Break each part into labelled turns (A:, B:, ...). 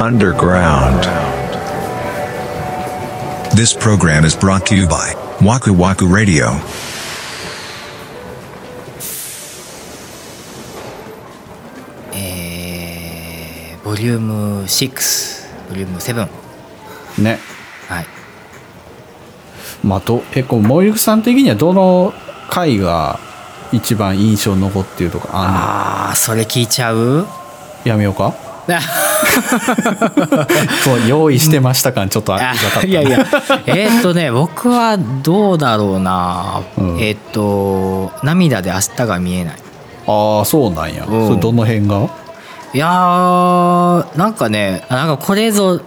A: underground.
B: This program is brought to you by Waku Waku Radio.
C: えー、ボリューム6ボリューム7
D: ね
C: はい
D: まあどえこう森口さん的にはどの回が一番印象に残ってるとかあ
C: あーそれ聞いちゃう
D: んのやめようか
C: あ
D: そう用意してました感ちょっ とあ
C: あ
D: なかっ た
C: いやいやえーっとね僕はどうだろうな、
D: うん
C: えーっと「涙で明日が見えない」
D: ああそうなんや、
C: うん
D: それどの辺が
C: いやーなんかねなんかこれぞ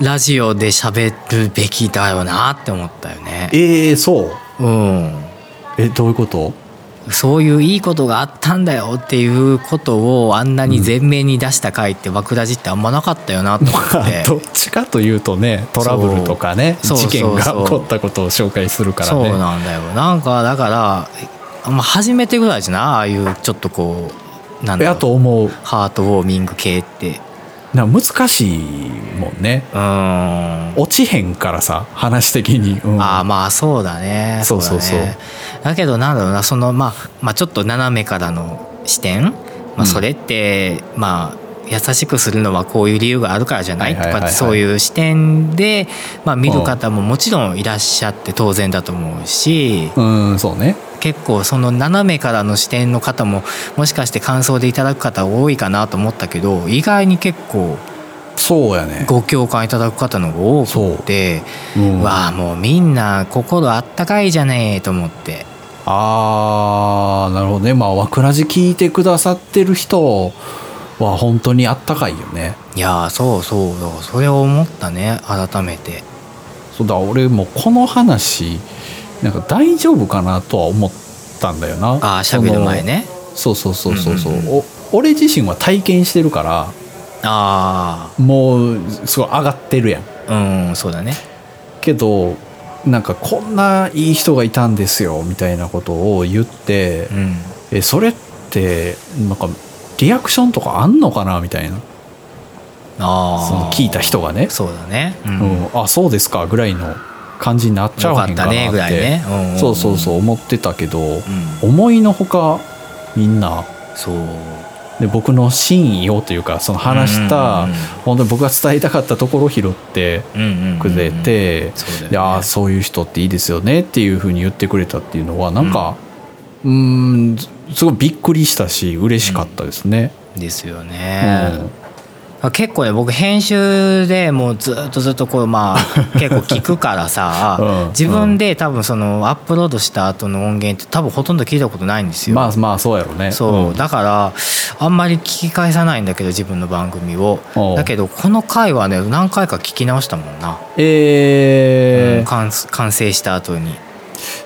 C: ラジオで喋るべきだよなって思ったよね
D: ええそう
C: うん
D: えどういう こと
C: そういういいことがあったんだよっていうことをあんなに前面に出した回って枕じってあんまなかったよなと思って
D: どっちかというとねトラブルとかね
C: そう
D: 事件が起
C: そうそうそう
D: こったことを紹介するから
C: そう
D: ね
C: なんだよなんかだから、まあ、初めてぐらいじゃなああいうちょっとこうなんだ
D: や
C: ろう
D: と思う
C: ハートウォーミング系って
D: な難しいもんね
C: うんあ
D: 落ちへんからさ話的に、うん、
C: あまあそうだね
D: そうそう
C: だねだけどなんだろうなその、まあ、まあちょっと斜めからの視点、ま
D: うん
C: あ、それって、まあ優しくするのはこういう理由があるからじゃないと
D: はいはいはい
C: か
D: はい
C: そういう視点で、まあ、見る方ももちろんいらっしゃって当然だと思うし、
D: うんそうね
C: 結構その斜めからの視点の方ももしかして感想でいただく方多いかなと思ったけど意外に結構
D: そうやね
C: ご共感いただく方の方が多くて、
D: うん
C: わあもうみんな心あったかいじゃねえと思って
D: あーなるほどねまあ枕地聞いてくださってる人は本当にあったかいよね
C: いやーそうそうだからそれを思ったね改めて
D: そうだ俺もこの話なんか大丈夫かなとは思ったんだよな
C: ああしゃべる前ね
D: そのそうそうそうそう,、
C: うんうん
D: お俺自身は体験してるから
C: あ
D: もうすごい上がってるやん
C: あうんそうだね
D: けどなんかこんないい人がいたんですよみたいなことを言って、
C: うん
D: えそれってなんかリアクションとかあんのかなみたいな
C: ああ
D: その聞いた人がね
C: そうだねう
D: 「
C: ん、
D: うん、あそうですか」ぐらいの感じになっちゃ
C: よ
D: う
C: か
D: へ
C: っ
D: んか
C: た
D: なって
C: ねぐらいね、んんん
D: そうそうそう思ってたけど、
C: ん
D: 思いのほかみんな
C: そう
D: で僕の真意をというかその話した、
C: うんうんうん
D: 本当に僕が伝えたかったところを拾って
C: うんうんうんうん
D: くれて、
C: そうだよね
D: でああそういう人っていいですよねっていうふうに言ってくれたっていうのはなんかうーんすごいびっくりしたし嬉しかったですね。
C: ですよ
D: うん
C: ね、結構ね僕編集でもうずっとずっとこう まあ結構聞くからさ、
D: うん
C: 自分で多分そのアップロードした後の音源って多分ほとんど聞いたことないんですよ、
D: まあまあそうやろうね。
C: そう、
D: ん
C: だからあんまり聞き返さないんだけど自分の番組を
D: おう
C: だけどこの回はね何回か聞き直したもんな、
D: えー
C: 完完成した後に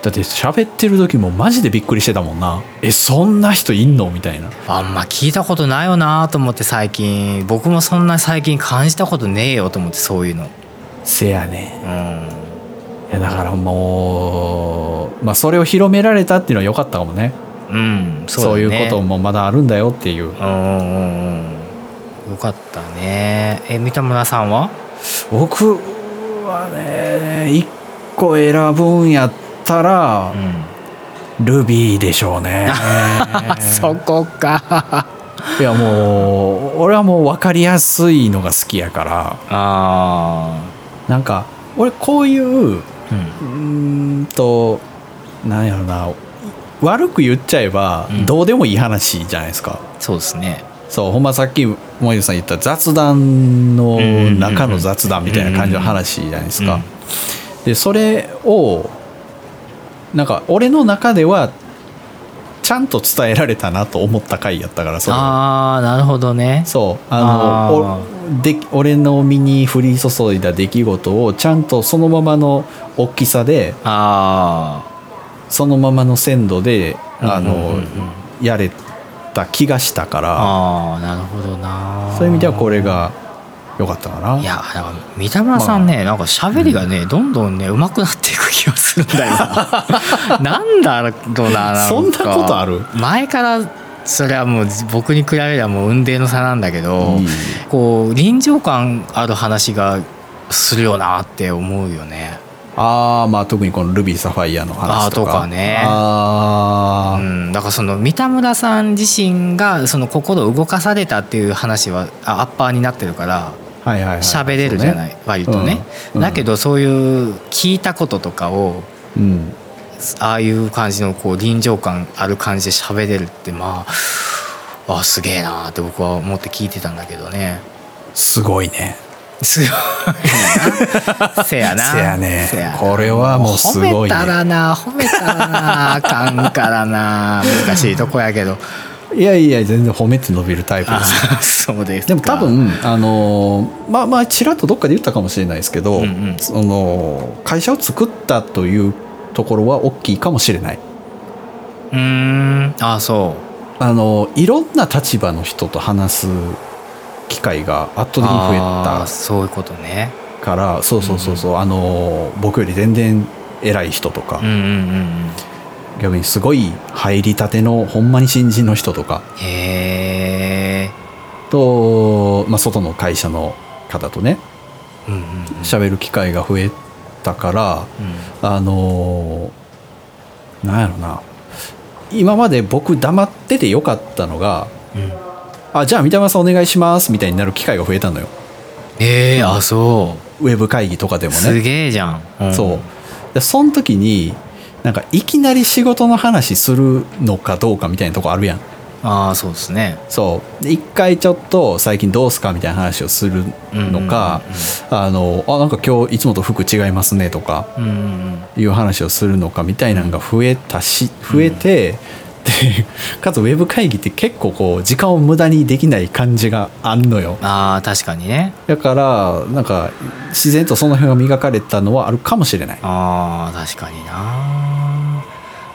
D: だって喋ってる時もマジでびっくりしてたもんな。えそんな人いんのみたいな。
C: あんま聞いたことないよなと思って最近僕もそんな最近感じたことねえよと思ってそういうの
D: せやね。
C: うん
D: いやだからもう、まあ、それを広められたっていうのは良かったかもね
C: うん
D: そう
C: そうだね
D: いうこともまだあるんだよっていう
C: うんうんうんよかったねえ三田村さんは
D: 僕はね一個選ぶんやったら
C: う、ん
D: ルビーでしょう ね
C: そこか
D: いやもう俺はもう分かりやすいのが好きやから
C: あ
D: なんか俺こういうう
C: ーうん
D: ーんとなんやろな悪く言っちゃえば、
C: うん
D: どうでもいい話じゃないですか
C: そうですね
D: そうほんまさっき森田さん言った雑談の中の雑談みたいな感じの話じゃないですか、
C: うん
D: でそれをなんか俺の中ではちゃんと伝えられたなと思った回やったからそれは
C: ああなるほどね
D: そうあの
C: あ
D: おで俺の身に降り注いだ出来事をちゃんとそのままの大きさで
C: あ
D: そのままの鮮度であの、
C: うんうんうん
D: やれた気がしたから
C: ああーなるほどな
D: そういう意味ではこれが良かったかない
C: やだから三田村さんね、なんか喋りがね、どんどんね上手くなっていく気が するんだよななんだろうななんか
D: そんなことある
C: 前からそれはもう僕に比べればもう雲泥の差なんだけど、
D: うん
C: こう臨場感ある話がするよなって思うよね
D: ああまあ特にこのルビーサファイアの話とか
C: あーとかね
D: あ
C: う
D: ー
C: ん、だからその三田村さん自身がその心を動かされたっていう話はあアッパーになってるから
D: はいはいはい
C: 喋れるじゃない、割とね、
D: うん
C: だけどそういう聞いたこととかを
D: そうねうん
C: ああいう感じのこう臨場感ある感じで喋れるってまああすげえなーって僕は思って聞いてたんだけどね
D: すごいね
C: すごいなせやな
D: せやね
C: せやな
D: これはもうすごいね
C: 褒めたらな褒めたらなあかんからな難しいとこやけど
D: いやいや全然褒めて伸びるタイプです
C: あそうですか
D: でも多分あのーまあまあちらっとどっかで言ったかもしれないですけど、
C: うんうん
D: その会社を作ったというところは大きいかもしれない。
C: うーんあそ
D: あのいろんな立場の人と話す機会が圧
C: う
D: 倒的に増え
C: あー
D: た
C: そういうことね
D: からそうそうそうそう、あの僕より全然偉い人とか、
C: うんうんうんうん
D: 逆にすごい入りたてのほんまに新人の人とか
C: へえ
D: と、まあ、外の会社の方とね
C: うんうんうん
D: 喋る機会が増えたから、
C: う
D: あのーなんやろな今まで僕黙っててよかったのが
C: んうん
D: あじゃあ三田村さんお願いしますみたいになる機会が増えたのよ
C: えー、あそ
D: ウェブ会議とかで
C: う
D: も
C: す
D: ね
C: げえじゃん、ん
D: そうでその時になんかいきなり仕事の話するのかどうかみたいなとこあるやん
C: ああそうですね
D: そうで一回ちょっと最近どうすかみたいな話をするのか、あのあなんか今日いつもと服違いますねとか
C: うんうん
D: いう話をするのかみたいなのが増えたし増えて、で かつウェブ会議って結構こう時間を無駄にできない感じがあんのよ
C: ああ確かにね
D: だからなんか自然とその辺が磨かれたのはあるかもしれない
C: ああ確かにな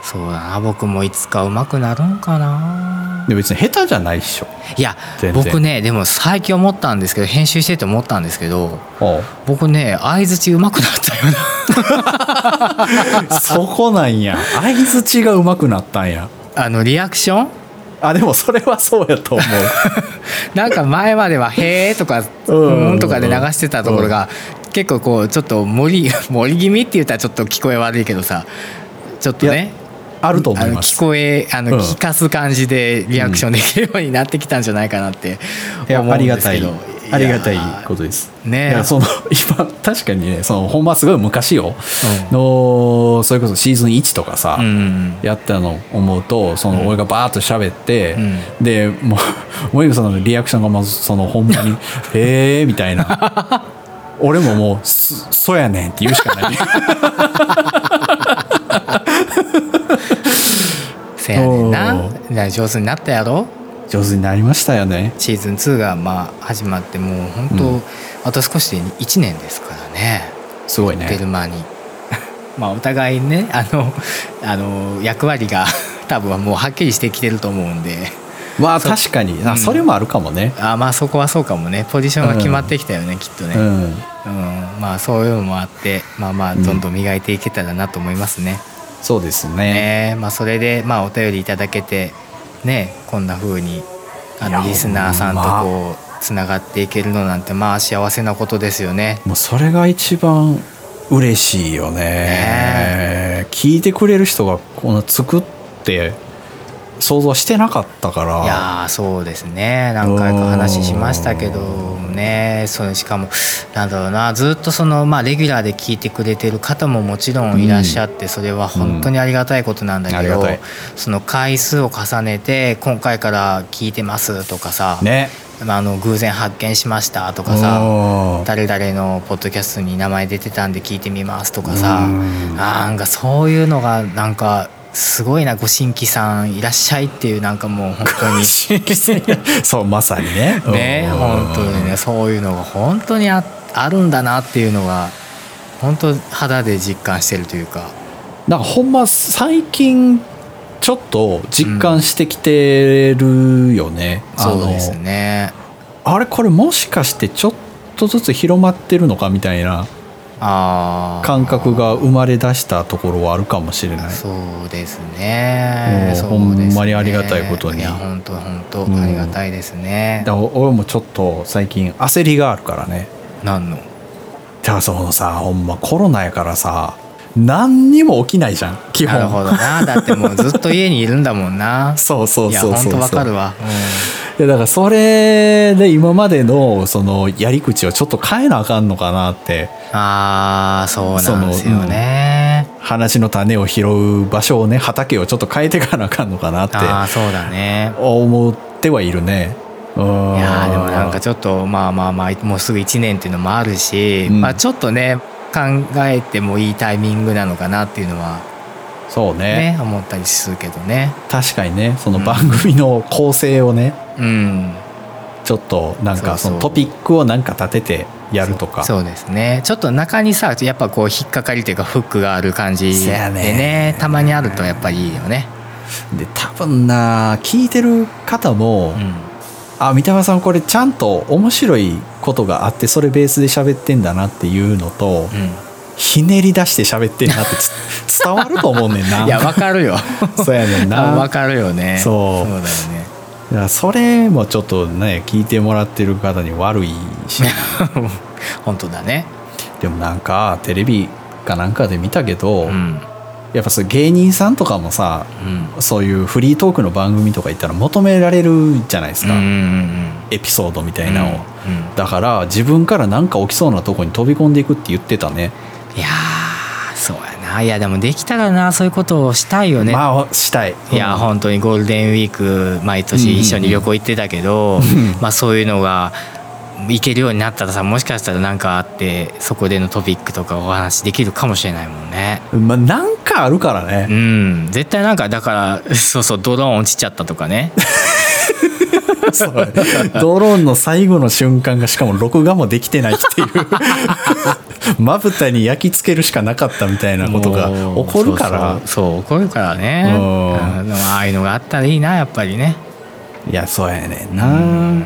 C: そうだな僕もいつか上手くなるんかな
D: で別に下手じゃないっしょ
C: いや
D: 全然
C: 僕ねでも最近思ったんですけど編集してて思ったんですけど
D: おう
C: 僕ね相づち上手くな ったよ
D: そこなんや相づちがうまくなったんや
C: なあのリアクション
D: あでもそれはそうやと思う
C: なんか前までは「へえ」とか「
D: うんうんうん
C: うん」とかで流してたところが結構こうちょっと森 森気味って言ったらちょっと聞こえ悪いけどさちょっと
D: いや
C: ね
D: あると思
C: あ
D: い
C: の
D: ま
C: 聞
D: す
C: こえあの、
D: うん
C: 聞かす感じでリアクションできるようになってきたんじゃないかなって
D: いや
C: 思う
D: あ
C: ん
D: りが
C: です
D: た
C: け
D: い
C: ど
D: ありがたい
C: や
D: ことです
C: ねえ
D: いやその 今確かにねそのほんますごい昔よ、のそれこそシーズン1とかさ、
C: うんうん
D: やったの思うとその俺がバーッと喋って、
C: う
D: でもう 森口さんのリアクションがまずその ほんまに「へえ」みたいな俺ももう「そそやねん」って言うしかない
C: せやねんな
D: おー
C: じゃあ上手になったやろ
D: 上手になりましたよね
C: シーズン2がまあ始まってもう本当、あと少しで1年ですからね
D: すごい
C: ベ
D: ね
C: ルマに まあお互いねあのあの役割が 多分はもうはっきりしてきてると思うんで
D: まあ確かにあそれもあるかもね
C: あまあそこはそうかもねポジションが決まってきたよね、きっとね、
D: うん
C: うん、まあそういうのもあってまあまあどんどん磨いていけたらなと思いますね。
D: そうですね
C: ねえまあそれでまあお便りいただけてねこんな風にあ
D: いや
C: のリスナーさんと
D: ほん
C: こうつながっていけるのなんてまあ幸せなことですよね。
D: もうそれが一番嬉しいよね聞いてくれる人がこの作って想像してなかったから
C: いやーそうですね何回か話しましたけどねそれしかもなんだろうなずっとそのまあレギュラーで聞いてくれてる方ももちろんいらっしゃってそれは本当にありがたいことなんだ
D: うんあ
C: け
D: りが
C: ど
D: たい
C: その回数を重ねて今回から聞いてますとかさ
D: ね
C: あの偶然発見しましたとかさ
D: うん
C: 誰々のポッドキャストに名前出てたんで聞いてみますとかさあ
D: うん
C: ーなんかそういうのがなんかすごいなご新規さんいらっしゃいっていうなんかもう本当に
D: そうまさにね
C: ね
D: うん
C: 本当にねそういうのが本当にああるんだなっていうのが本当肌で実感してるというか
D: なんかほんま最近ちょっと実感してきてるよね、あの
C: そうですね
D: あれこれもしかしてちょっとずつ広まってるのかみたいな
C: あー
D: 感覚が生まれ出したところはあるかもしれない。
C: そうですね
D: も
C: そうで
D: う
C: すね
D: ほんまにありがたいことに
C: いや本当本当
D: うん
C: ありがたいですね、
D: だから俺もちょっと最近焦りがあるからね。
C: なんの
D: ただそのさほんまコロナやからさ何にも起きないじゃん基
C: なるほ
D: 本。
C: どなだってもうずっと家にいるんだもんな
D: そうそうそうそうそう
C: や本当わかるわ、
D: いやだからそれで今までのそのやり口をちょっと変えなあかんのかなって
C: うんああそうなんですよね、
D: 話の種を拾う場所をね畑をちょっと変えていかなあかんのかな
C: ああ
D: っ
C: そうだね
D: て思ってはいるね。
C: い
D: い
C: やーでもなんか
D: ち
C: ちょっとまあまあまあもうすぐ1年っていうのもあるし、
D: うん
C: まあちょっとね考えてもいいタイミングなのかなっていうのは
D: そうね
C: ね思ったりするけどね
D: 確かにねその番組の構成をね、
C: うん
D: ちょっとなん
C: そ
D: かそう
C: そう
D: のトピックをなんか立ててやるとか
C: そうですねちょっと中にさやっぱこう引っかかりというかフックがある感じ
D: せ
C: で
D: や
C: ね
D: ね
C: たまにあるとやっぱりいいよね
D: で多分な聞いてる方
C: う
D: も、
C: ん
D: あ三鷹さんこれちゃんと面白いことがあってそれベースで喋ってんだなっていうのと、ひねり出して喋ってんなって つ伝わると思うねん
C: う
D: なん
C: いやわかるよ
D: そうやねん な
C: わかるよね
D: そう
C: そうだよね
D: だからそれもちょっとね聞いてもらってる方に悪いし
C: 本当だね
D: でもなんかテレビかなんかで見たけど、
C: うん
D: やっぱそう芸人さんとかもさ
C: うん
D: そういうフリートークの番組とか行ったら求められるじゃないです
C: うんう
D: か、
C: ん
D: エピソードみた
C: うん
D: いなのを、
C: うん
D: だから自分から何か起きそうなとこに飛び込んでいくって言ってたね
C: いやーそうやないやでもできたらなそういうことをしたいよね、
D: まあしたい
C: いや本当にゴールデンウィーク毎年一緒に旅行行ってたけど、まあ、そういうのが行けるようになったらさもしかしたら何かあってそこでのトピックとかお話できるかもしれないもんね。
D: まあなんかあるから
C: う
D: ね
C: ん、絶対なんかだからそうそうドローン落ちちゃったとかね
D: そうドローンの最後の瞬間がしかも録画もできてないっていう まぶたに焼き付けるしかなかったみたいなことが
C: もう
D: 起こるから
C: そうそうそう起こるからね
D: う
C: うん
D: ん
C: でもああいうのがあったらいいなやっぱりね。
D: いやそうやねん
C: う
D: なん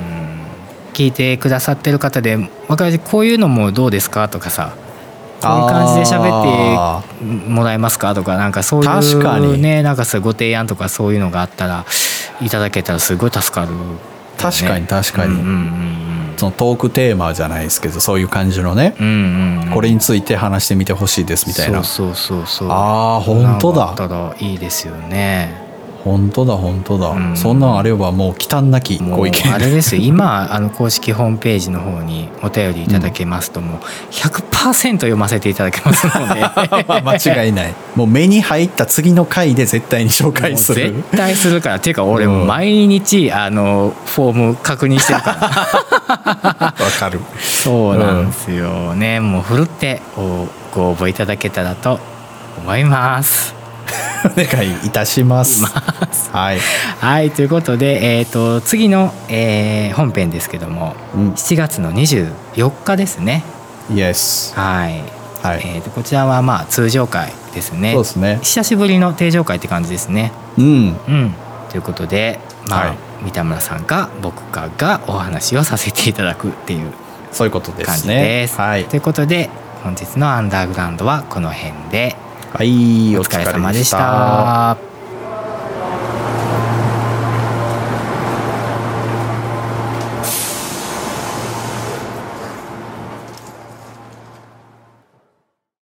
C: 聞いてくださってる方で「若い時こういうのもどうですか?」とかさ「こういう感じで喋
D: あ
C: ってもらえますか?」とかなんかそう
D: 確か
C: いう
D: に
C: ねなんかそういうご提案とかそういうのがあったらいただけたらすごい助かる、
D: 確かに確かに、
C: うんうん
D: そのトークテーマじゃないですけどそういう感じのね、
C: うんうんうん
D: これについて話してみてほしいですみたいな
C: そうそうそうそう
D: あー本当だ
C: なんかあったらいいですよね
D: 本当だ本当だ、
C: うん
D: そんなんあればもう忌憚なき
C: も
D: ご
C: う
D: 意見
C: あれですよ今あの公式ホームページの方にお便りいただけますともう100%読ませていただけますので
D: まあ間違いないもう目に入った次の回で絶対に紹
C: も
D: 介
C: う
D: する
C: 絶対するからっていうか俺
D: うん
C: も毎日あのフォーム確認してるから
D: わかる
C: そうなんですよねもうふるっておご応募いただけたらと思います
D: お願いいたしますはい、
C: はいということで、えー、と次の、えー本編ですけども
D: うん、
C: 7月の24日ですね
D: イエス
C: はい、
D: はい、
C: えー、とこちらはまあ通常会ですね
D: そうですね
C: 久しぶりの定常会って感じですね
D: うん
C: うん、ということで、まあ
D: はい
C: 三田村さんか僕かがお話をさせていただくっていう
D: そういうことで
C: 感
D: す
C: じ
D: ね
C: です。
D: はい
C: ということで本日の「アンダーグラウンド」はこの辺で
D: はい
C: お疲れ様でした。